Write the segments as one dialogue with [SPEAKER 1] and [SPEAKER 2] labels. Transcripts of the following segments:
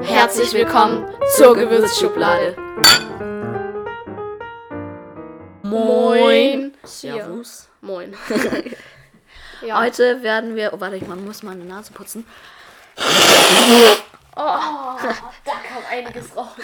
[SPEAKER 1] Herzlich willkommen zur Gewürzschublade. Moin.
[SPEAKER 2] Servus.
[SPEAKER 1] Moin.
[SPEAKER 2] Ja. Heute werden wir. Oh, warte, ich man muss meine Nase putzen.
[SPEAKER 1] Oh, Da kam einiges raus.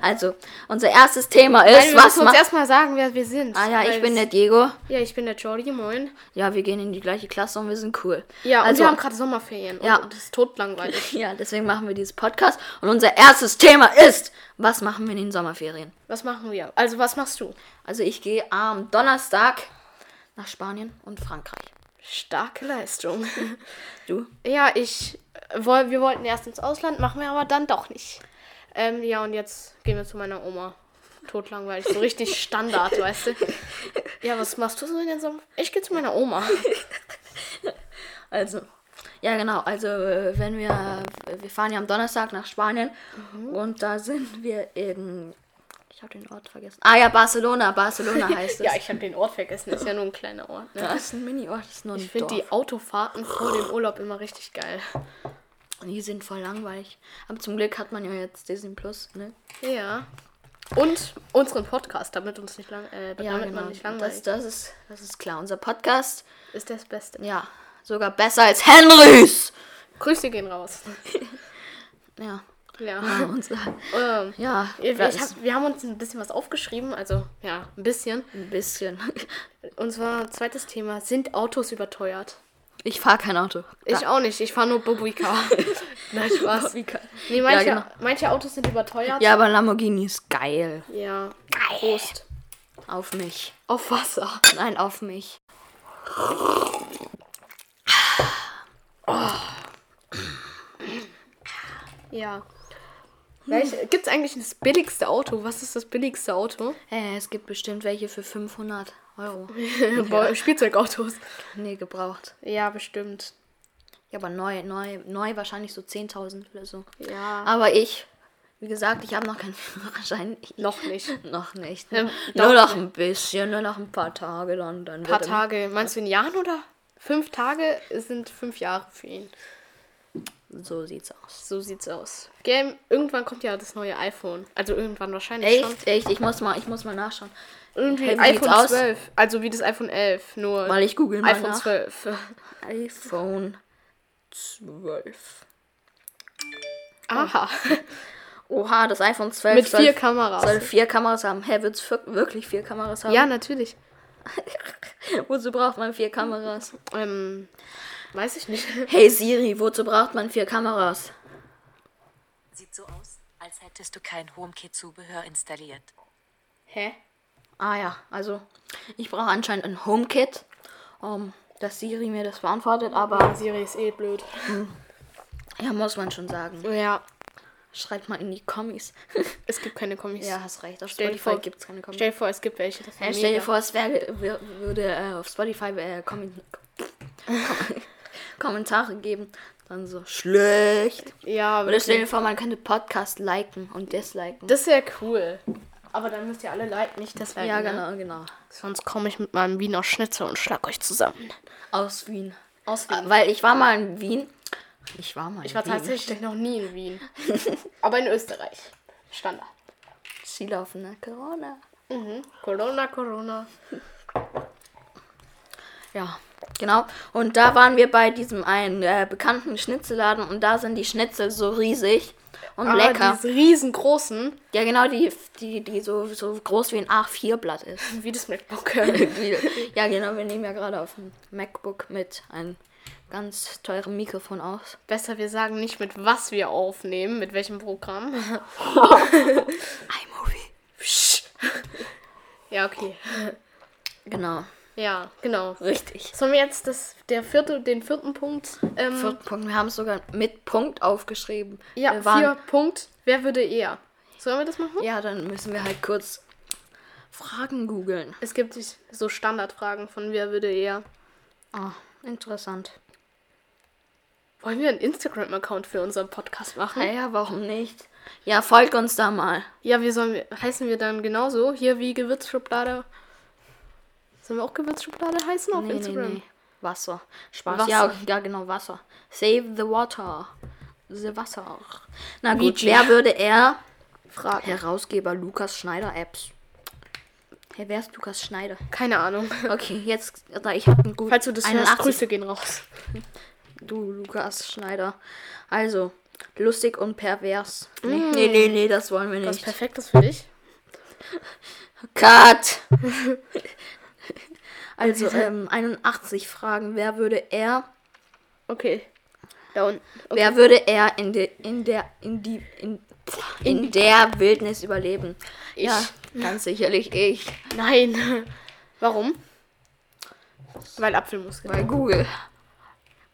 [SPEAKER 2] Also, unser erstes Thema ist,
[SPEAKER 1] Nein, wir
[SPEAKER 2] was
[SPEAKER 1] müssen uns
[SPEAKER 2] macht.
[SPEAKER 1] erstmal sagen, wer wir sind.
[SPEAKER 2] Ah ja,
[SPEAKER 1] Weil
[SPEAKER 2] ich bin der
[SPEAKER 1] es-
[SPEAKER 2] Diego.
[SPEAKER 1] Ja, ich bin der Jordi, moin.
[SPEAKER 2] Ja, wir gehen in die gleiche Klasse und wir sind cool.
[SPEAKER 1] Ja, und
[SPEAKER 2] also,
[SPEAKER 1] wir haben gerade Sommerferien.
[SPEAKER 2] Ja.
[SPEAKER 1] Und das ist totlangweilig.
[SPEAKER 2] ja, deswegen machen wir dieses Podcast. Und unser erstes Thema ist, was machen wir in den Sommerferien?
[SPEAKER 1] Was machen wir? Also, was machst du?
[SPEAKER 2] Also, ich gehe am Donnerstag nach Spanien und Frankreich.
[SPEAKER 1] Starke Leistung.
[SPEAKER 2] Du?
[SPEAKER 1] ja, ich. äh, woll- Wir wollten erst ins Ausland, machen wir aber dann doch nicht. Ähm, ja, und jetzt gehen wir zu meiner Oma. Totlangweilig, so richtig Standard, weißt du? Ja, was machst du so in den Sommer? Ich gehe zu meiner Oma.
[SPEAKER 2] Also, ja genau, also äh, wenn wir, wir fahren ja am Donnerstag nach Spanien
[SPEAKER 1] Mhm.
[SPEAKER 2] und da sind wir in, ich habe den Ort vergessen. Ah ja, Barcelona, Barcelona heißt es.
[SPEAKER 1] Ja, ich habe den Ort vergessen. Ist ja nur ein kleiner Ort. Ne?
[SPEAKER 2] das ist ein Mini-Ort, das ist nur ein
[SPEAKER 1] Ich finde
[SPEAKER 2] Dorf.
[SPEAKER 1] die Autofahrten vor dem Urlaub immer richtig geil.
[SPEAKER 2] Die, sind voll langweilig. Aber zum Glück hat man ja jetzt Disney Plus, ne?
[SPEAKER 1] Ja. Und unseren Podcast, damit uns nicht lang, äh, damit
[SPEAKER 2] Ja,
[SPEAKER 1] man
[SPEAKER 2] genau.
[SPEAKER 1] nicht
[SPEAKER 2] Das,
[SPEAKER 1] langweilig
[SPEAKER 2] das, ist, das ist klar. Unser Podcast,
[SPEAKER 1] ist das Beste.
[SPEAKER 2] ja, sogar besser als Henrys.
[SPEAKER 1] Grüße gehen raus.
[SPEAKER 2] Ja,
[SPEAKER 1] Ja.
[SPEAKER 2] ja, unser,
[SPEAKER 1] ähm,
[SPEAKER 2] Ah, ja,
[SPEAKER 1] ich
[SPEAKER 2] das
[SPEAKER 1] hab, wir haben uns ein bisschen was aufgeschrieben, also ja, ein bisschen.
[SPEAKER 2] ein bisschen.
[SPEAKER 1] Unser zweites Thema sind Autos überteuert.
[SPEAKER 2] Ich fahre kein Auto.
[SPEAKER 1] Ich auch nicht, ich fahre nur Bubuika. Nein, Spaß.
[SPEAKER 2] Bubuika.
[SPEAKER 1] Nee, manche,
[SPEAKER 2] Ja, genau.
[SPEAKER 1] manche Autos sind überteuert.
[SPEAKER 2] Ja, aber ein Lamborghini ist geil.
[SPEAKER 1] ja. Prost.
[SPEAKER 2] Auf mich.
[SPEAKER 1] Auf Wasser.
[SPEAKER 2] Nein, auf mich.
[SPEAKER 1] Ja. Welche- Gibt's eigentlich das billigste Auto? Was ist das billigste Auto?
[SPEAKER 2] Äh, es gibt bestimmt welche für 500 Euro.
[SPEAKER 1] Boah, Spielzeugautos.
[SPEAKER 2] Nee, gebraucht.
[SPEAKER 1] Ja, bestimmt.
[SPEAKER 2] Ja, aber neu, neu, neu wahrscheinlich so 10.000 oder so.
[SPEAKER 1] Ja.
[SPEAKER 2] Aber ich, wie gesagt, ich habe noch keinen Führerschein. Ich,
[SPEAKER 1] Noch nicht. Ein
[SPEAKER 2] noch nicht.
[SPEAKER 1] Ähm,
[SPEAKER 2] nur
[SPEAKER 1] doch.
[SPEAKER 2] noch ein bisschen, nur noch ein paar Tage dann. dann
[SPEAKER 1] paar
[SPEAKER 2] wird er-
[SPEAKER 1] Tage. Meinst du in Jahren oder? Fünf Tage sind fünf Jahre für ihn.
[SPEAKER 2] So sieht's aus.
[SPEAKER 1] So sieht's aus. Gell, irgendwann kommt ja das neue iPhone. Also irgendwann wahrscheinlich schon.
[SPEAKER 2] Echt, echt, ich muss mal, ich muss mal nachschauen.
[SPEAKER 1] Irgendwie
[SPEAKER 2] Hey, wie sieht's
[SPEAKER 1] iPhone
[SPEAKER 2] aus?
[SPEAKER 1] 12. Also wie das iPhone 11. Nur
[SPEAKER 2] Weil ich google mal
[SPEAKER 1] iPhone
[SPEAKER 2] nach.
[SPEAKER 1] 12.
[SPEAKER 2] iPhone 12.
[SPEAKER 1] Aha.
[SPEAKER 2] Oha, das iPhone 12
[SPEAKER 1] Mit
[SPEAKER 2] soll-
[SPEAKER 1] vier Kameras.
[SPEAKER 2] Soll vier Kameras haben. Hä, wird's wir- wirklich vier Kameras haben?
[SPEAKER 1] Ja, natürlich.
[SPEAKER 2] Wozu braucht man vier Kameras?
[SPEAKER 1] Ähm, weiß ich nicht.
[SPEAKER 2] Hey Siri, wozu braucht man vier Kameras?
[SPEAKER 3] Sieht so aus, als hättest du kein HomeKit-Zubehör installiert.
[SPEAKER 1] Hä?
[SPEAKER 2] Ah ja, also ich brauche anscheinend ein HomeKit, um, dass Siri mir das beantwortet, aber
[SPEAKER 1] Siri ist eh blöd.
[SPEAKER 2] ja, muss man schon sagen.
[SPEAKER 1] Ja,
[SPEAKER 2] Schreibt mal in die Kommis.
[SPEAKER 1] es gibt keine Kommis.
[SPEAKER 2] ja, hast recht, auf
[SPEAKER 1] Stell dir
[SPEAKER 2] Spotify
[SPEAKER 1] vor-
[SPEAKER 2] gibt's keine Kommis.
[SPEAKER 1] Stell dir vor, es gibt welche. Das wär
[SPEAKER 2] Hey, stell dir
[SPEAKER 1] mega.
[SPEAKER 2] vor, es wär, wär, würde äh, auf Spotify äh, Kommi- Kommentare geben. Dann so schlecht.
[SPEAKER 1] Ja,
[SPEAKER 2] Oder stell dir vor, man könnte Podcast liken und disliken.
[SPEAKER 1] Das wäre cool. Aber dann müsst ihr alle liken, nicht das liken.
[SPEAKER 2] ja,
[SPEAKER 1] ne?
[SPEAKER 2] genau, genau.
[SPEAKER 1] Sonst komme ich mit meinem Wiener Schnitzel und schlag euch zusammen.
[SPEAKER 2] Aus Wien. Aus Wien. Weil ich war mal in Wien. Ich war mal.
[SPEAKER 1] Ich war tatsächlich noch nie in Wien. Aber in Österreich. Standard.
[SPEAKER 2] Skilaufende Corona.
[SPEAKER 1] Corona, Corona.
[SPEAKER 2] Ja, genau. Und da waren wir bei diesem einen äh, bekannten Schnitzelladen und da sind die Schnitzel so riesig und
[SPEAKER 1] Aber
[SPEAKER 2] lecker.
[SPEAKER 1] Ah, Diese riesengroßen,
[SPEAKER 2] Ja, genau, die, die, die so, so groß wie ein A4-Blatt ist.
[SPEAKER 1] wie das MacBook.
[SPEAKER 2] Die- ja, genau, wir nehmen ja gerade auf dem MacBook mit einem ganz teuren Mikrofon aus.
[SPEAKER 1] Besser, wir sagen nicht, mit was wir aufnehmen, mit welchem Programm.
[SPEAKER 2] iMovie.
[SPEAKER 1] Ja, okay.
[SPEAKER 2] Genau,
[SPEAKER 1] Ja, genau.
[SPEAKER 2] richtig.
[SPEAKER 1] Sollen wir jetzt das, der vierte, den vierten Punkt? Ähm,
[SPEAKER 2] Vierten Punkt, wir haben es sogar mit Punkt aufgeschrieben.
[SPEAKER 1] ja,
[SPEAKER 2] wir
[SPEAKER 1] vier Punkt. Wer würde eher? Sollen wir das machen?
[SPEAKER 2] Ja, dann müssen wir halt kurz Fragen googeln.
[SPEAKER 1] Es gibt sich so Standardfragen von wer würde eher.
[SPEAKER 2] Ah, interessant.
[SPEAKER 1] Wollen wir einen Instagram-Account für unseren Podcast machen?
[SPEAKER 2] Naja, warum nicht? Ja, folgt uns da mal.
[SPEAKER 1] Ja, wie sollen wir. Heißen wir dann genauso? Hier wie Gewürzschublade. Sollen wir auch Gewürzschublade heißen auf
[SPEAKER 2] Nee, nee,
[SPEAKER 1] Instagram?
[SPEAKER 2] nee. Wasser. Spaß.
[SPEAKER 1] Wasser.
[SPEAKER 2] Ja, ja, genau, Wasser. Save the water. Wasser. Na gut,
[SPEAKER 1] Nietzsche.
[SPEAKER 2] wer würde er?
[SPEAKER 1] Fragen.
[SPEAKER 2] Herausgeber Lukas Schneider Apps. Hey, wer ist Lukas Schneider?
[SPEAKER 1] Keine Ahnung.
[SPEAKER 2] Okay, jetzt, da ich habe einen guten.
[SPEAKER 1] Falls du das hörst,
[SPEAKER 2] 81
[SPEAKER 1] Grüße gehen raus.
[SPEAKER 2] Du, Lukas Schneider. Also, lustig und pervers. Nee, nee, nee, nee, das wollen wir
[SPEAKER 1] Was
[SPEAKER 2] nicht.
[SPEAKER 1] Perfektes für dich.
[SPEAKER 2] Cut! also, ähm, 81 Fragen. Wer würde er,
[SPEAKER 1] Okay. Da unten. Okay.
[SPEAKER 2] wer würde er in, de, in der, in die, in, in der Wildnis überleben?
[SPEAKER 1] Ich.
[SPEAKER 2] Ja, ganz sicherlich ich.
[SPEAKER 1] Nein. Warum? Weil Apfelmuskeln.
[SPEAKER 2] Bei Google.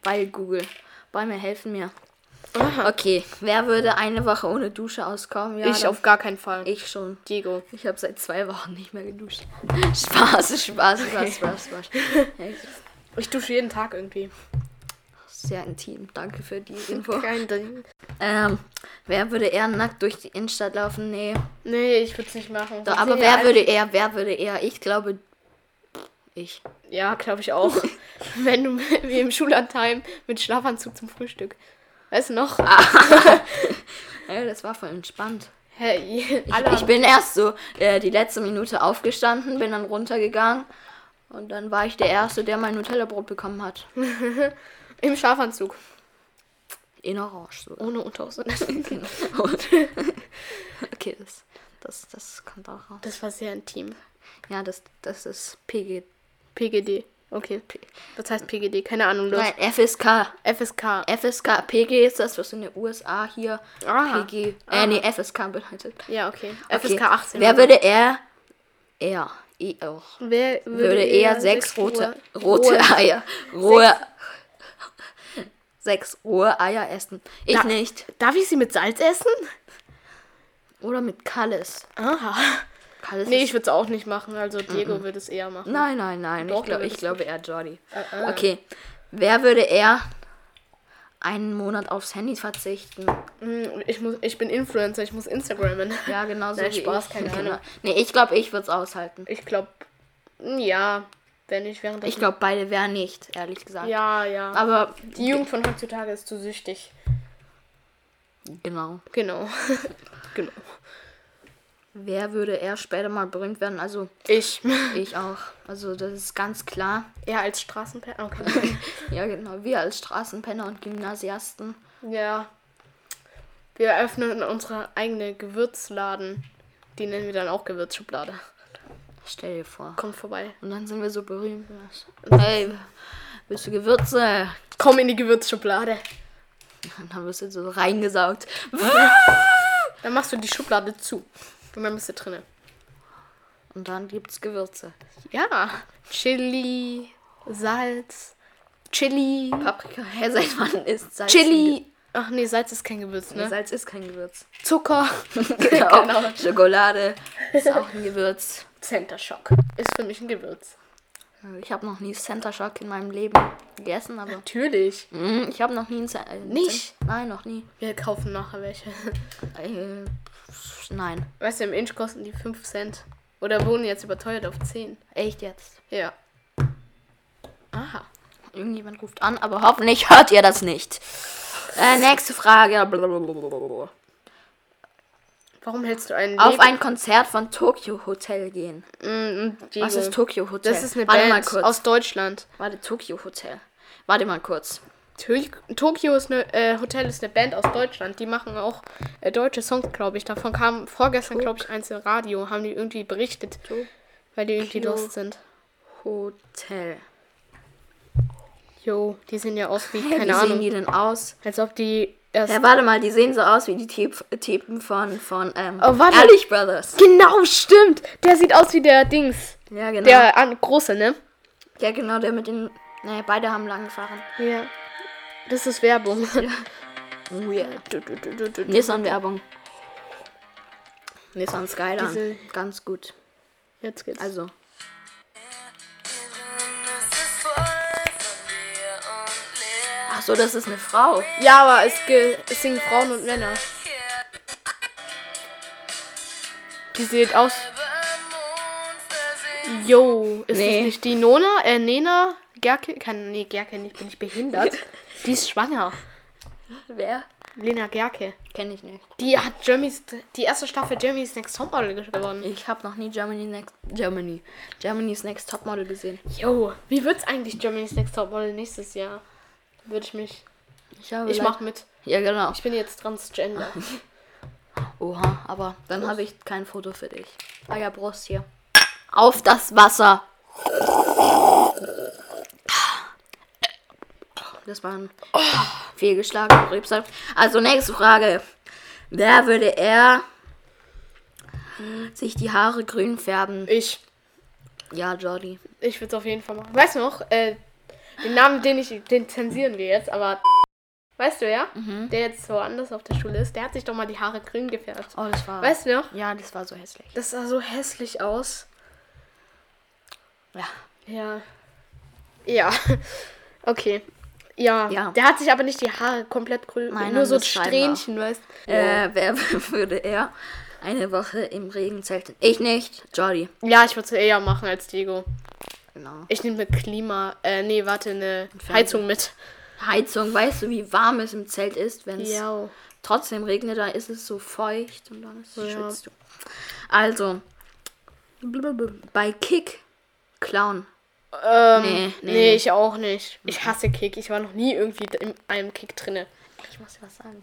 [SPEAKER 2] Bei Google. Bäume helfen mir. Okay, wer würde eine Woche ohne Dusche auskommen? Ja,
[SPEAKER 1] ich
[SPEAKER 2] dann-
[SPEAKER 1] auf gar keinen Fall.
[SPEAKER 2] ich schon.
[SPEAKER 1] Diego.
[SPEAKER 2] Ich habe seit zwei Wochen nicht mehr geduscht. Spaß, Spaß, Spaß, Spaß, Spaß.
[SPEAKER 1] Ich dusche jeden Tag irgendwie.
[SPEAKER 2] Sehr intim. Danke für die Info.
[SPEAKER 1] Kein Ding.
[SPEAKER 2] Ähm, wer würde eher nackt durch die Innenstadt laufen? Nee.
[SPEAKER 1] Nee, ich würde es nicht machen.
[SPEAKER 2] Doch, aber wer würde eher, wer würde eher? Ich glaube, ich.
[SPEAKER 1] Ja, glaube ich auch. Wenn du mit- wie im Schullandheim mit Schlafanzug zum Frühstück. Weißt du noch?
[SPEAKER 2] Ah. Ey, das war voll entspannt.
[SPEAKER 1] Hey,
[SPEAKER 2] Ich, ich bin erst so äh, die letzte Minute aufgestanden, bin dann runtergegangen und dann war ich der Erste, der mein Nutella-Brot bekommen hat.
[SPEAKER 1] im Schlafanzug.
[SPEAKER 2] In Orange Genau. so.
[SPEAKER 1] Ohne Unterhose.
[SPEAKER 2] Okay, das, das, das kommt auch raus.
[SPEAKER 1] Das war sehr intim.
[SPEAKER 2] Ja, das, das ist PG.
[SPEAKER 1] PGD. Okay. Was heißt PGD? Keine Ahnung. Los.
[SPEAKER 2] Nein, FSK.
[SPEAKER 1] FSK.
[SPEAKER 2] FSK, PG ist das, was in den USA hier
[SPEAKER 1] Aha.
[SPEAKER 2] PG,
[SPEAKER 1] Aha.
[SPEAKER 2] äh, nee, FSK bedeutet.
[SPEAKER 1] Ja, okay.
[SPEAKER 2] Okay.
[SPEAKER 1] FSK 18.
[SPEAKER 2] Wer würde er, er, e, oh,
[SPEAKER 1] Wer würde,
[SPEAKER 2] würde er
[SPEAKER 1] eher
[SPEAKER 2] sechs
[SPEAKER 1] Uhr-
[SPEAKER 2] rote, rote Eier, rohe, sechs rohe Eier essen? Ich
[SPEAKER 1] Da-
[SPEAKER 2] nicht.
[SPEAKER 1] Darf ich sie mit Salz essen?
[SPEAKER 2] Oder mit Kalles.
[SPEAKER 1] Aha.
[SPEAKER 2] Kalles
[SPEAKER 1] Nee,
[SPEAKER 2] ist,
[SPEAKER 1] ich würde es auch nicht machen. Also Diego würde es eher machen.
[SPEAKER 2] nein, nein, nein,
[SPEAKER 1] Doch,
[SPEAKER 2] ich, glaub,
[SPEAKER 1] du
[SPEAKER 2] ich
[SPEAKER 1] würdest
[SPEAKER 2] glaube eher Jordi. Okay, wer würde er einen Monat aufs Handy verzichten?
[SPEAKER 1] Mm, Ich, muss, ich bin Influencer, ich muss Instagrammen.
[SPEAKER 2] Ja, genau so.
[SPEAKER 1] Nein,
[SPEAKER 2] wie
[SPEAKER 1] Spaß,
[SPEAKER 2] ich.
[SPEAKER 1] keine
[SPEAKER 2] Genau.
[SPEAKER 1] Ahnung.
[SPEAKER 2] Nee, ich glaube, ich würde es aushalten.
[SPEAKER 1] Ich glaube, ja, wenn ich während
[SPEAKER 2] Ich glaube, beide wären nicht, ehrlich gesagt.
[SPEAKER 1] Ja, ja.
[SPEAKER 2] Aber
[SPEAKER 1] die Jugend von heutzutage ist zu süchtig.
[SPEAKER 2] genau.
[SPEAKER 1] Genau. genau.
[SPEAKER 2] Wer würde eher später mal berühmt werden? Also
[SPEAKER 1] Ich.
[SPEAKER 2] ich auch. Also das ist ganz klar.
[SPEAKER 1] Eher als Straßenpenner. Okay.
[SPEAKER 2] Ja, genau. Wir als Straßenpenner und Gymnasiasten.
[SPEAKER 1] ja. Wir eröffnen unsere eigene Gewürzladen. Die nennen wir dann auch Gewürzschublade.
[SPEAKER 2] Stell dir vor.
[SPEAKER 1] Kommt vorbei.
[SPEAKER 2] Und dann sind wir so berühmt. Hey, willst du Gewürze?
[SPEAKER 1] Komm in die Gewürzschublade.
[SPEAKER 2] Und dann wirst du so reingesaugt.
[SPEAKER 1] Dann machst du die Schublade zu. Und dann bist du drinne.
[SPEAKER 2] Und dann gibt's Gewürze.
[SPEAKER 1] Ja. Chili, Salz, Chili,
[SPEAKER 2] Paprika. Hä, seit wann ist Salz?
[SPEAKER 1] Chili. Ach nee, Salz ist kein Gewürz,
[SPEAKER 2] Ne?
[SPEAKER 1] ne?
[SPEAKER 2] Salz ist kein Gewürz.
[SPEAKER 1] Zucker.
[SPEAKER 2] Genau. Schokolade ist auch ein Gewürz.
[SPEAKER 1] Center Shock. Ist für mich ein Gewürz.
[SPEAKER 2] Ich habe noch nie Center Shock in meinem Leben gegessen, aber
[SPEAKER 1] Natürlich.
[SPEAKER 2] Mm, ich habe noch nie einen Center.
[SPEAKER 1] Mhm. Nicht?
[SPEAKER 2] Nein, noch nie.
[SPEAKER 1] Wir kaufen nachher welche.
[SPEAKER 2] Äh, pff, nein.
[SPEAKER 1] Weißt du, im Inch kosten die 5 Cent. Oder wurden jetzt überteuert auf 10.
[SPEAKER 2] Echt jetzt.
[SPEAKER 1] Ja. Aha.
[SPEAKER 2] Irgendjemand ruft an, aber hoffentlich hört ihr das nicht. Äh, nächste Frage. Blablabla.
[SPEAKER 1] Warum hältst du einen
[SPEAKER 2] Auf ein Konzert von Tokyo Hotel gehen. Was ist
[SPEAKER 1] Tokio?
[SPEAKER 2] Tokyo Hotel?
[SPEAKER 1] Das ist eine
[SPEAKER 2] Warte
[SPEAKER 1] Band
[SPEAKER 2] mal kurz.
[SPEAKER 1] aus Deutschland.
[SPEAKER 2] Warte, Tokyo Hotel. Warte mal kurz.
[SPEAKER 1] Tö- Tokio ist eine, äh, Hotel ist eine Band aus Deutschland. Die machen auch äh, deutsche Songs, glaube ich. Davon kam vorgestern, glaube ich, eins im Radio. Haben die irgendwie berichtet, weil die irgendwie
[SPEAKER 2] Tokio.
[SPEAKER 1] lost sind.
[SPEAKER 2] Hotel.
[SPEAKER 1] Jo, die sehen ja aus wie,
[SPEAKER 2] Hä,
[SPEAKER 1] keine
[SPEAKER 2] wie
[SPEAKER 1] Ahnung.
[SPEAKER 2] sehen die denn aus?
[SPEAKER 1] Als ob die erst.
[SPEAKER 2] Ja, warte mal, die sehen so aus wie die Typ- Typen von, von ähm,
[SPEAKER 1] Oh, warte.
[SPEAKER 2] Ehrlich Brothers.
[SPEAKER 1] genau, stimmt! Der sieht aus wie der Dings.
[SPEAKER 2] Ja, genau.
[SPEAKER 1] Der an, große, ne?
[SPEAKER 2] ja, genau, der mit den. Naja, beide haben lang gefahren.
[SPEAKER 1] Ja. Das ist Werbung.
[SPEAKER 2] Oh yeah.
[SPEAKER 1] Du, du, du, du, du.
[SPEAKER 2] Nissan-Werbung. Nissan Skyline.
[SPEAKER 1] Diese-
[SPEAKER 2] Ganz gut.
[SPEAKER 1] Jetzt geht's. Also,
[SPEAKER 2] Also, ach so, das ist eine Frau.
[SPEAKER 1] ja, aber es, ge es singen Frauen und Männer. Die sieht aus. Jo, ist
[SPEAKER 2] Nee.
[SPEAKER 1] das nicht die Nona? Äh, Nena? Gerke? Kann, nee, Gerke nicht, bin ich behindert. die ist schwanger.
[SPEAKER 2] Wer?
[SPEAKER 1] Lena Gerke.
[SPEAKER 2] Kenne ich nicht.
[SPEAKER 1] Die hat Jeremy's, die erste Staffel Jeremy's Next Topmodel gewonnen.
[SPEAKER 2] Ich habe noch nie Germany Next Germany Germany's Next Topmodel gesehen.
[SPEAKER 1] Jo, wie wird's eigentlich Germany's Next Topmodel nächstes Jahr? Würde ich mich.
[SPEAKER 2] Ich habe
[SPEAKER 1] Ich
[SPEAKER 2] leid-
[SPEAKER 1] mach mit.
[SPEAKER 2] Ja genau.
[SPEAKER 1] Ich bin jetzt transgender.
[SPEAKER 2] Oha, aber dann habe ich kein Foto für dich. Ah ja, Brust hier. Auf das Wasser. Das war ein fehlgeschlagener Rebsaft. Also nächste Frage. Wer würde er sich die Haare grün färben?
[SPEAKER 1] Ich.
[SPEAKER 2] Ja, Jordi.
[SPEAKER 1] Ich würde es auf jeden Fall machen. Weißt du noch, äh, den Namen, den ich, den zensieren wir jetzt, aber weißt du ja, der jetzt woanders auf der Schule ist, der hat sich doch mal die Haare grün gefärbt.
[SPEAKER 2] Oh, das war.
[SPEAKER 1] Weißt du noch?
[SPEAKER 2] Ja, das war so hässlich.
[SPEAKER 1] Das sah so hässlich aus.
[SPEAKER 2] Ja.
[SPEAKER 1] Ja. Ja. Okay. Ja.
[SPEAKER 2] Ja.
[SPEAKER 1] Der hat sich aber nicht die Haare komplett grün,
[SPEAKER 2] Nein,
[SPEAKER 1] nur
[SPEAKER 2] nein,
[SPEAKER 1] so
[SPEAKER 2] das scheinbar.
[SPEAKER 1] Strähnchen, weißt
[SPEAKER 2] Äh, wer würde er eine Woche im Regen zelten? Ich nicht. Jordi.
[SPEAKER 1] Ja, ich würde es eher machen als Diego.
[SPEAKER 2] Genau.
[SPEAKER 1] Ich nehme mit Klima, äh, nee, warte, eine
[SPEAKER 2] Fernseher.
[SPEAKER 1] Heizung mit.
[SPEAKER 2] Heizung, weißt du, wie warm es im Zelt ist, wenn es
[SPEAKER 1] Ja.
[SPEAKER 2] trotzdem regnet, da ist es so feucht und dann ist es
[SPEAKER 1] Ja.
[SPEAKER 2] schwitzt du. Also, bei Kick Clown.
[SPEAKER 1] Ähm,
[SPEAKER 2] Nee, nee,
[SPEAKER 1] nee,
[SPEAKER 2] nee.
[SPEAKER 1] ich auch nicht. Ich hasse Kick. Ich war noch nie irgendwie in einem Kick drinne.
[SPEAKER 2] Ich muss dir was sagen.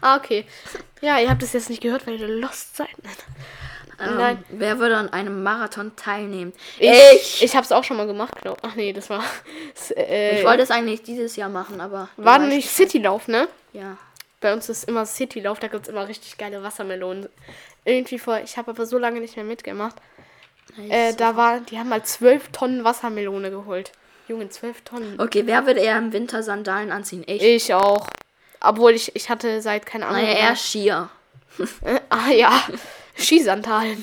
[SPEAKER 1] Ah, okay. Ja, ihr habt es jetzt nicht gehört, weil ihr lost seid.
[SPEAKER 2] Ähm,
[SPEAKER 1] Nein.
[SPEAKER 2] Wer würde an einem Marathon teilnehmen?
[SPEAKER 1] Ich, ich hab's auch schon mal gemacht, glaub. Ach nee, das war. Das, äh,
[SPEAKER 2] Ich wollte es eigentlich dieses Jahr machen, aber. du
[SPEAKER 1] war
[SPEAKER 2] weißt-
[SPEAKER 1] nicht Citylauf, ne?
[SPEAKER 2] Ja.
[SPEAKER 1] Bei uns ist immer Citylauf, da gibt's immer richtig geile Wassermelonen. Irgendwie vor. Ich habe aber so lange nicht mehr mitgemacht. Äh, da war, die haben mal zwölf Tonnen Wassermelone geholt. Junge, zwölf Tonnen.
[SPEAKER 2] Okay, wer würde eher im Winter Sandalen anziehen? Ich.
[SPEAKER 1] Ich auch. Obwohl ich, ich hatte seit keine Ahnung.
[SPEAKER 2] Naja, eher Skier.
[SPEAKER 1] Ah ja, Skisandalen.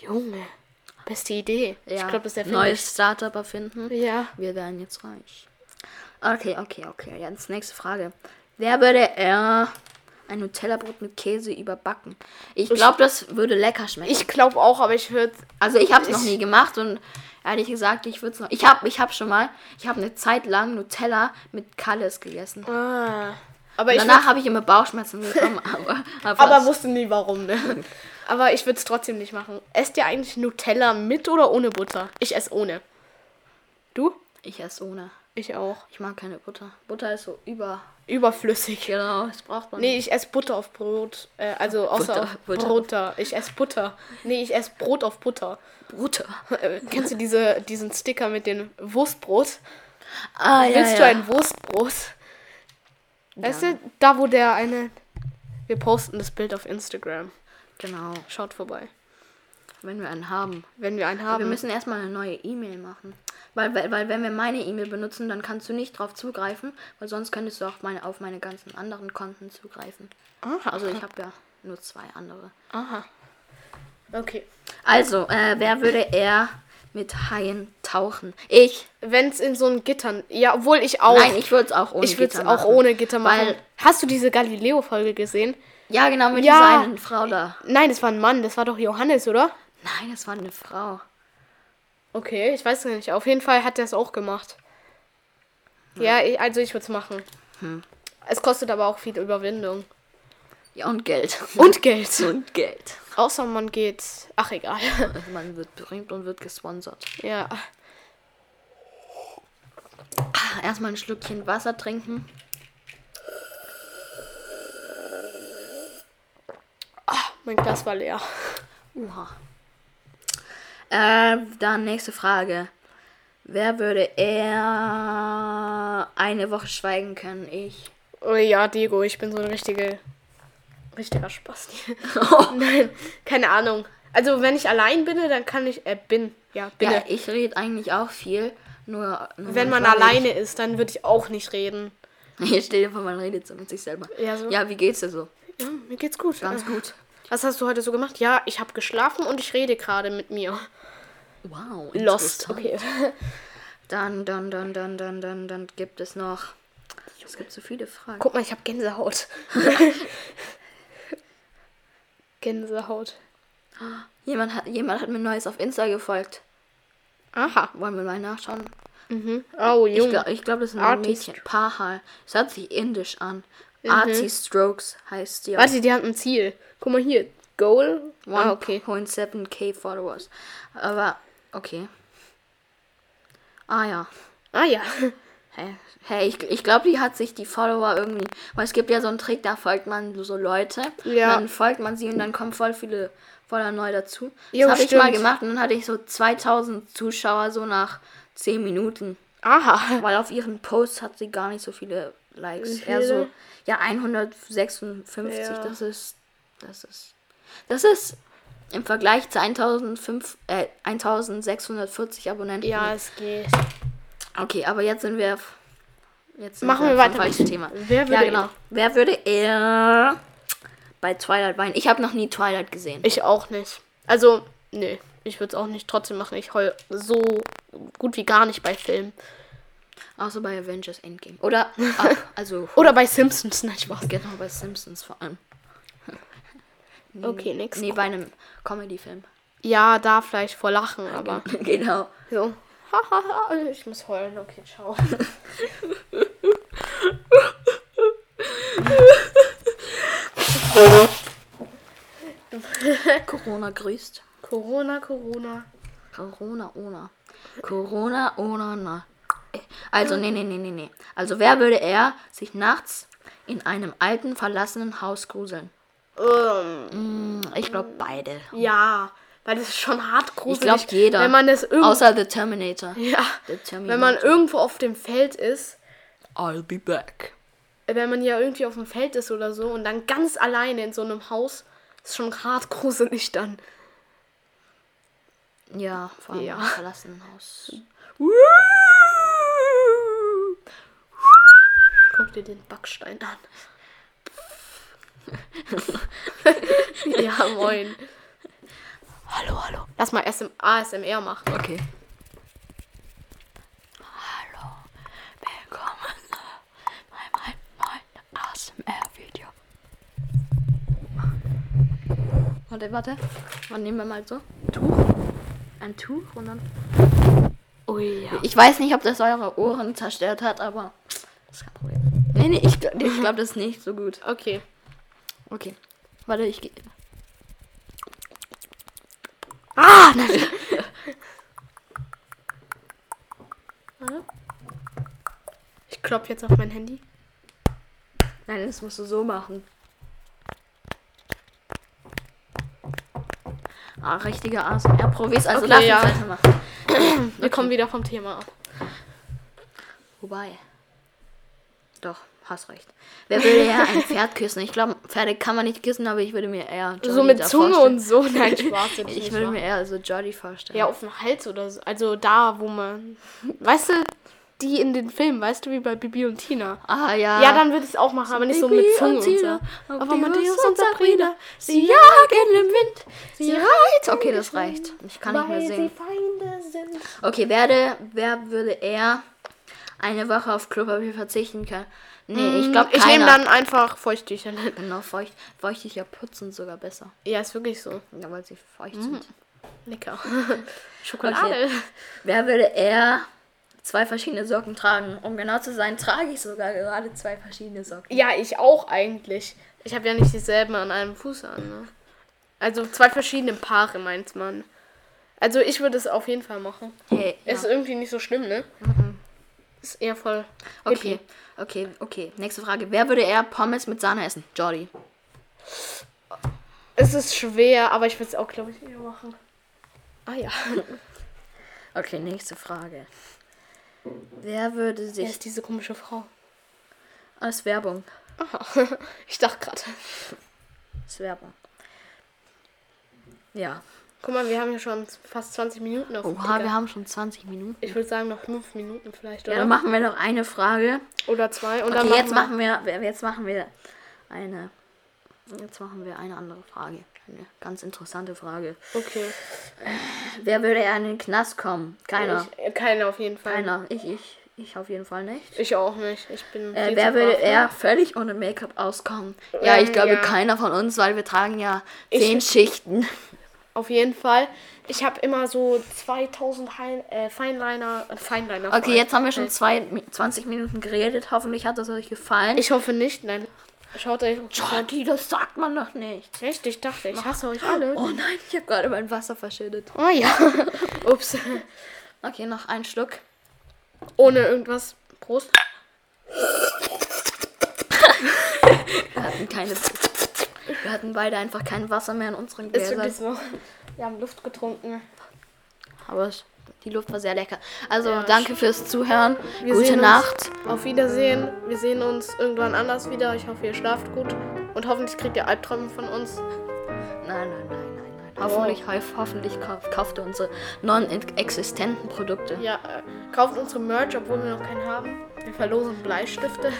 [SPEAKER 1] Junge, beste Idee.
[SPEAKER 2] Ja.
[SPEAKER 1] Ich glaube, das ist der Film.
[SPEAKER 2] Neues Startup erfinden.
[SPEAKER 1] Ja.
[SPEAKER 2] Wir werden jetzt reich. Okay, okay, okay. Jetzt nächste Frage. Wer würde eher ein Nutella-Brot mit Käse überbacken? Ich glaube, das würde lecker schmecken.
[SPEAKER 1] Ich glaube auch, aber ich würde.
[SPEAKER 2] also ich habe es noch nie gemacht und ehrlich gesagt, ich würde es noch. Ich habe, ich habe schon mal. Ich habe eine Zeit lang Nutella mit Kalles gegessen.
[SPEAKER 1] Ah. Aber ich.
[SPEAKER 2] Danach
[SPEAKER 1] Würd,
[SPEAKER 2] habe ich immer Bauchschmerzen bekommen. aber, aber,
[SPEAKER 1] aber wusste nie warum, ne? aber ich würde es trotzdem nicht machen. Esst ihr eigentlich Nutella mit oder ohne Butter? Ich esse ohne. Du?
[SPEAKER 2] ich esse ohne.
[SPEAKER 1] Ich auch.
[SPEAKER 2] Ich mag keine Butter. Butter ist so über.
[SPEAKER 1] Überflüssig.
[SPEAKER 2] Genau, das braucht man.
[SPEAKER 1] Nee, ich esse Butter auf Brot. Äh, also außer
[SPEAKER 2] Butter,
[SPEAKER 1] auf
[SPEAKER 2] Butter.
[SPEAKER 1] Butter. Ich esse Butter. Nee, ich esse Brot auf Butter.
[SPEAKER 2] nicht. Butter.
[SPEAKER 1] Äh, kennst du diese, diesen Sticker mit dem Wurstbrot?
[SPEAKER 2] Ah, ja,
[SPEAKER 1] Willst
[SPEAKER 2] ja.
[SPEAKER 1] du ein Wurstbrot? Weißt du, da wo der eine. Wir posten das Bild auf Instagram.
[SPEAKER 2] Genau,
[SPEAKER 1] Schaut vorbei.
[SPEAKER 2] wenn wir einen haben.
[SPEAKER 1] Wenn wir einen
[SPEAKER 2] Wir
[SPEAKER 1] haben.
[SPEAKER 2] müssen erstmal eine neue E-Mail machen. Weil, weil, weil wenn wir meine E-Mail benutzen, dann kannst du nicht drauf zugreifen, weil sonst könntest du auch meine, auf meine ganzen anderen Konten zugreifen. Also ich habe ja nur zwei andere.
[SPEAKER 1] okay.
[SPEAKER 2] Also, äh, wer würde eher mit Haien tauchen? Ich.
[SPEAKER 1] Wenn es in so ein Gittern. Ja, obwohl ich auch.
[SPEAKER 2] Nein, ich würde es auch ohne
[SPEAKER 1] ich würde es
[SPEAKER 2] Gitter
[SPEAKER 1] auch
[SPEAKER 2] machen.
[SPEAKER 1] ohne Gitter machen.
[SPEAKER 2] Weil,
[SPEAKER 1] Hast du diese Galileo-Folge gesehen?
[SPEAKER 2] ja, genau, mit
[SPEAKER 1] Ja.
[SPEAKER 2] dieser einen Frau da.
[SPEAKER 1] Nein, das war ein Mann. Das war doch Johannes, oder?
[SPEAKER 2] Nein, das war eine Frau.
[SPEAKER 1] Okay, ich weiß gar nicht. Auf jeden Fall hat der es auch gemacht. Ja, Hm. ich, also ich würde es machen. Es kostet aber auch viel Überwindung.
[SPEAKER 2] Ja, und Geld.
[SPEAKER 1] Und Geld.
[SPEAKER 2] und Geld.
[SPEAKER 1] Außer man geht. Ach, egal.
[SPEAKER 2] Also man wird berühmt und wird gesponsert.
[SPEAKER 1] ja.
[SPEAKER 2] Ah, Erstmal ein Schlückchen Wasser trinken.
[SPEAKER 1] Mein Glas war leer.
[SPEAKER 2] Uha. Äh, dann nächste Frage. Wer würde eher eine Woche schweigen können? Ich.
[SPEAKER 1] Oh ja, Diego, ich bin so ein richtige, richtiger Spasti. Nein, keine Ahnung. Also, wenn ich allein bin, dann kann ich. Äh, bin. Ja, bin.
[SPEAKER 2] Ja, ich rede eigentlich auch viel. Nur, nur
[SPEAKER 1] wenn man
[SPEAKER 2] manchmal
[SPEAKER 1] alleine ist, dann würde ich auch nicht reden.
[SPEAKER 2] red Ich stell dir vor, man redet so mit sich selber.
[SPEAKER 1] Ja, so.
[SPEAKER 2] wie geht's dir so?
[SPEAKER 1] Ja, mir geht's gut.
[SPEAKER 2] Ganz gut.
[SPEAKER 1] Was hast du heute so gemacht? Ja, ich habe geschlafen und ich rede gerade mit mir.
[SPEAKER 2] Wow.
[SPEAKER 1] Lost.
[SPEAKER 2] interessant.
[SPEAKER 1] Okay.
[SPEAKER 2] Dann, dann, dann, dann, dann, dann, dann gibt es noch. Es gibt so viele Fragen.
[SPEAKER 1] Guck mal, ich habe Gänsehaut. Gänsehaut.
[SPEAKER 2] Jemand hat, jemand hat mir Neues auf Insta gefolgt.
[SPEAKER 1] Aha.
[SPEAKER 2] Wollen wir mal nachschauen?
[SPEAKER 1] Oh,
[SPEAKER 2] Ich
[SPEAKER 1] Junge.
[SPEAKER 2] glaube, ich glaub, das ist ein
[SPEAKER 1] Arti
[SPEAKER 2] Mädchen. Pahal. Es hört sich indisch an. Mhm. Strokes heißt die. auf
[SPEAKER 1] Warte, die hat ein Ziel. Guck mal hier. Goal. Ah, okay.
[SPEAKER 2] 1.7k Followers. Aber, okay. Ah ja.
[SPEAKER 1] Ah ja.
[SPEAKER 2] Hey, hey ich, ich glaube, die hat sich die Follower irgendwie. Weil es gibt ja so einen Trick, da folgt man so Leute.
[SPEAKER 1] Ja.
[SPEAKER 2] Und dann folgt man sie und dann kommen voll viele voller neu dazu.
[SPEAKER 1] Jo,
[SPEAKER 2] das habe ich mal
[SPEAKER 1] stimmt.
[SPEAKER 2] gemacht und dann hatte ich so 2000 Zuschauer so nach 10 Minuten.
[SPEAKER 1] Aha.
[SPEAKER 2] Weil auf ihren Posts hat sie gar nicht so viele Likes.
[SPEAKER 1] Wie
[SPEAKER 2] Eher so,
[SPEAKER 1] viele?
[SPEAKER 2] ja, 156.
[SPEAKER 1] Ja.
[SPEAKER 2] Das ist, das ist, das ist im Vergleich zu 1005, äh, 1640 Abonnenten.
[SPEAKER 1] Ja, es geht.
[SPEAKER 2] Okay, aber jetzt sind wir, auf- jetzt sind
[SPEAKER 1] Machen wir
[SPEAKER 2] auf dem
[SPEAKER 1] weiter
[SPEAKER 2] falschen
[SPEAKER 1] mit
[SPEAKER 2] Thema.
[SPEAKER 1] Wer
[SPEAKER 2] ja,
[SPEAKER 1] würde
[SPEAKER 2] genau.
[SPEAKER 1] eher?
[SPEAKER 2] Wer würde eher bei Twilight weinen? Ich habe noch nie Twilight gesehen.
[SPEAKER 1] Ich auch nicht. Also, nee. Ich würde es auch nicht trotzdem machen. Ich heul so gut wie gar nicht bei Filmen.
[SPEAKER 2] Außer bei Avengers Endgame. Oder, ab, also,
[SPEAKER 1] Oder bei Simpsons. Nein, Spaß.
[SPEAKER 2] genau, bei Simpsons vor allem.
[SPEAKER 1] Okay, nix.
[SPEAKER 2] Nee, bei einem Comedy-Film.
[SPEAKER 1] Ja, da vielleicht vor Lachen, aber
[SPEAKER 2] genau.
[SPEAKER 1] so. Hahaha, ich muss heulen. Okay, ciao.
[SPEAKER 2] Corona grüßt.
[SPEAKER 1] Corona, Corona.
[SPEAKER 2] Corona ohne. Corona ohne. na. Also, nee, nee, nee, nee, nee. Also, wer würde er sich nachts in einem alten, verlassenen Haus gruseln?
[SPEAKER 1] Ähm,
[SPEAKER 2] Ich glaube, beide.
[SPEAKER 1] ja, weil das ist schon hart gruselig.
[SPEAKER 2] Ich glaube, jeder.
[SPEAKER 1] Wenn man das irgendwo,
[SPEAKER 2] Außer The Terminator.
[SPEAKER 1] ja,
[SPEAKER 2] The Terminator.
[SPEAKER 1] wenn man irgendwo auf dem Feld ist,
[SPEAKER 2] I'll be back.
[SPEAKER 1] wenn man ja irgendwie auf dem Feld ist oder so und dann ganz alleine in so einem Haus, ist schon hart gruselig dann.
[SPEAKER 2] Ja, vor allem
[SPEAKER 1] Ja.
[SPEAKER 2] im verlassenen Haus.
[SPEAKER 1] Guck dir den Backstein an. ja, moin.
[SPEAKER 2] Hallo, hallo.
[SPEAKER 1] Lass mal SM ASMR machen.
[SPEAKER 2] Okay. Hallo. Willkommen bei meinem neuen ASMR-Video. Warte, warte. Dann nehmen wir mal so. Tuch. Ein Tuch und dann.
[SPEAKER 1] Oh ja.
[SPEAKER 2] Ich weiß nicht, ob das eure Ohren zerstört hat, aber. Das ist kein Problem. Nee, nee, ich, gl- ich glaube, das ist nicht so gut.
[SPEAKER 1] Okay.
[SPEAKER 2] Okay. Warte, ich gehe.
[SPEAKER 1] Ah, nein. ich klopp jetzt auf mein Handy.
[SPEAKER 2] Nein, das musst du so machen. Ah, richtiger ASMR-Profis. Also
[SPEAKER 1] Okay,
[SPEAKER 2] lass
[SPEAKER 1] ja.
[SPEAKER 2] uns weitermachen.
[SPEAKER 1] Wir kommen wieder vom Thema ab.
[SPEAKER 2] Wobei. Doch, hast recht. Wer würde eher ein Pferd küssen? Ich glaube, Pferde kann man nicht küssen, aber ich würde mir eher. Jolly
[SPEAKER 1] so mit
[SPEAKER 2] da
[SPEAKER 1] Zunge
[SPEAKER 2] vorstellen.
[SPEAKER 1] und so. Nein, Spaß. würde
[SPEAKER 2] Ich
[SPEAKER 1] nicht
[SPEAKER 2] würde
[SPEAKER 1] machen.
[SPEAKER 2] mir eher so Jolly vorstellen.
[SPEAKER 1] Ja, auf dem Hals oder so. Also da, wo man. Weißt du, die in den Filmen, weißt du, wie bei Bibi und Tina.
[SPEAKER 2] Ah, ja.
[SPEAKER 1] Ja, dann würde ich es auch machen, aber nicht so mit
[SPEAKER 2] Bibi
[SPEAKER 1] Zunge
[SPEAKER 2] und
[SPEAKER 1] und
[SPEAKER 2] Tina,
[SPEAKER 1] so.
[SPEAKER 2] auf
[SPEAKER 1] Aber
[SPEAKER 2] die
[SPEAKER 1] Matthäus
[SPEAKER 2] Lust
[SPEAKER 1] und
[SPEAKER 2] und
[SPEAKER 1] Sabrina,
[SPEAKER 2] Sabrina,
[SPEAKER 1] sie jagen im Wind.
[SPEAKER 2] Sie reizt. Okay, das reicht. Ich kann nicht
[SPEAKER 1] weil
[SPEAKER 2] mehr
[SPEAKER 1] sie
[SPEAKER 2] singen.
[SPEAKER 1] Feinde sind.
[SPEAKER 2] Okay, werde, wer würde eher eine Woche auf Klopapier verzichten können? Nee, ich glaube,
[SPEAKER 1] Mhm, Ich nehme dann einfach Feuchttücher.
[SPEAKER 2] Genau, feucht, feuchtiger putzen sogar besser.
[SPEAKER 1] Ja, ist wirklich so.
[SPEAKER 2] Ja, weil sie feucht sind.
[SPEAKER 1] Lecker.
[SPEAKER 2] Okay.
[SPEAKER 1] Schokolade.
[SPEAKER 2] Wer würde eher zwei verschiedene Socken tragen? Um genau zu sein, trage ich sogar gerade zwei verschiedene Socken.
[SPEAKER 1] Ja, ich auch eigentlich. Ich habe ja nicht dieselben an einem Fuß an. Ne? Also zwei verschiedene Paare, meint man. Also ich würde es auf jeden Fall machen.
[SPEAKER 2] Hey, ja.
[SPEAKER 1] Ist irgendwie nicht so schlimm, ne? Ist eher voll.
[SPEAKER 2] okay, okay, okay. Nächste Frage. Wer würde eher Pommes mit Sahne essen? Jordi.
[SPEAKER 1] Es ist schwer, aber ich würde es auch, glaube ich, eher machen. Ah ja.
[SPEAKER 2] Okay, nächste Frage. Wer würde
[SPEAKER 1] Wer
[SPEAKER 2] sich
[SPEAKER 1] ist diese komische Frau?
[SPEAKER 2] als Werbung
[SPEAKER 1] Ich dachte gerade.
[SPEAKER 2] Ist Werbung. Ja.
[SPEAKER 1] Guck mal, wir haben ja schon fast 20 Minuten auf dem
[SPEAKER 2] Oha,
[SPEAKER 1] Ticker.
[SPEAKER 2] wir haben schon 20 Minuten.
[SPEAKER 1] Ich würde sagen, noch 5 Minuten vielleicht,
[SPEAKER 2] Ja,
[SPEAKER 1] oder?
[SPEAKER 2] dann machen wir noch eine Frage.
[SPEAKER 1] oder zwei. Und dann
[SPEAKER 2] Okay, jetzt
[SPEAKER 1] wir-
[SPEAKER 2] machen wir, wir- jetzt machen wir eine, jetzt machen wir eine andere Frage. Eine ganz interessante Frage.
[SPEAKER 1] Okay.
[SPEAKER 2] Wer würde eher in den Knast kommen? Keiner.
[SPEAKER 1] Ich, äh, keiner auf jeden Fall.
[SPEAKER 2] Keiner. Ich, ich, ich auf jeden Fall nicht.
[SPEAKER 1] Ich auch nicht. Ich bin.
[SPEAKER 2] Äh,
[SPEAKER 1] viel
[SPEAKER 2] wer
[SPEAKER 1] zu
[SPEAKER 2] würde
[SPEAKER 1] brav.
[SPEAKER 2] eher völlig ohne Make-up auskommen? Äh, Ja, ich
[SPEAKER 1] Ähm,
[SPEAKER 2] glaube
[SPEAKER 1] ja.
[SPEAKER 2] keiner von uns, weil wir tragen ja zehn Schichten.
[SPEAKER 1] Auf jeden Fall. Ich habe immer so 2000 Hein- äh, Feinliner. äh, Feinliner.
[SPEAKER 2] Okay, jetzt haben wir schon zwei, Mi- 20 Minuten geredet. Hoffentlich hat es euch gefallen.
[SPEAKER 1] Ich hoffe nicht, nein. Schaut euch.
[SPEAKER 2] Jordi, das sagt man doch nicht.
[SPEAKER 1] Echt? Ich dachte, ich hasse euch alle.
[SPEAKER 2] Oh nein, ich habe gerade mein Wasser verschüttet.
[SPEAKER 1] Oh ja. Ups.
[SPEAKER 2] Okay, noch ein Schluck.
[SPEAKER 1] Ohne irgendwas. Prost.
[SPEAKER 2] Wir hatten keine. Wir hatten beide einfach kein Wasser mehr in unseren
[SPEAKER 1] Ist wirklich
[SPEAKER 2] Gläsern.
[SPEAKER 1] so. Wir haben Luft getrunken.
[SPEAKER 2] Aber es- die Luft war sehr lecker. Also
[SPEAKER 1] Ja,
[SPEAKER 2] danke fürs Zuhören.
[SPEAKER 1] Wir
[SPEAKER 2] Gute
[SPEAKER 1] sehen uns.
[SPEAKER 2] Nacht.
[SPEAKER 1] Auf Wiedersehen. Wir sehen uns irgendwann anders wieder. Ich hoffe, ihr schlaft gut. Und hoffentlich kriegt ihr Albträume von uns.
[SPEAKER 2] Nein, nein, nein, nein, nein. Hoffentlich, hoff- hoffentlich kauf, kauft ihr unsere non-existenten Produkte.
[SPEAKER 1] Ja, äh, kauft unsere Merch, obwohl wir noch keinen haben. Wir verlosen Bleistifte.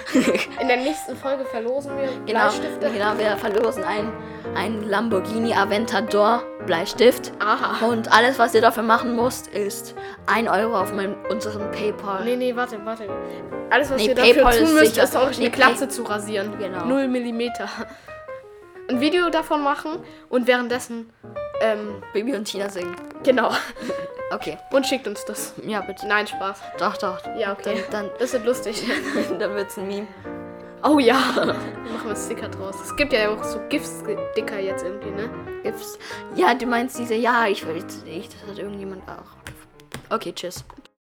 [SPEAKER 1] In der nächsten Folge verlosen wir
[SPEAKER 2] Genau,
[SPEAKER 1] Bleistifte.
[SPEAKER 2] genau, wir verlosen einen, einen Lamborghini Aventador Bleistift.
[SPEAKER 1] Aha.
[SPEAKER 2] Und alles, was ihr dafür machen müsst, ist 1 Euro auf meinem, unserem PayPal.
[SPEAKER 1] Nee, nee, warte, warte. Alles, was
[SPEAKER 2] Nee,
[SPEAKER 1] ihr
[SPEAKER 2] PayPal
[SPEAKER 1] dafür
[SPEAKER 2] ist
[SPEAKER 1] tun müsst,
[SPEAKER 2] sicher.
[SPEAKER 1] ist euch
[SPEAKER 2] Nee,
[SPEAKER 1] die Glatze zu rasieren.
[SPEAKER 2] Genau.
[SPEAKER 1] Null Millimeter. Ein Video davon machen und währenddessen, ähm,
[SPEAKER 2] Baby und Tina singen.
[SPEAKER 1] genau.
[SPEAKER 2] Okay,
[SPEAKER 1] Und schickt uns das.
[SPEAKER 2] ja, bitte.
[SPEAKER 1] Nein, Spaß.
[SPEAKER 2] Doch, doch.
[SPEAKER 1] Ja, okay.
[SPEAKER 2] Dann,
[SPEAKER 1] Das wird lustig.
[SPEAKER 2] dann, dann wird's ein Meme.
[SPEAKER 1] Oh ja. Machen wir Sticker draus. Es gibt ja auch so GIFs-Sticker jetzt irgendwie, ne?
[SPEAKER 2] Gibt's. Ja, du meinst diese, ja, ich will, ich, das hat irgendjemand auch. Okay, tschüss.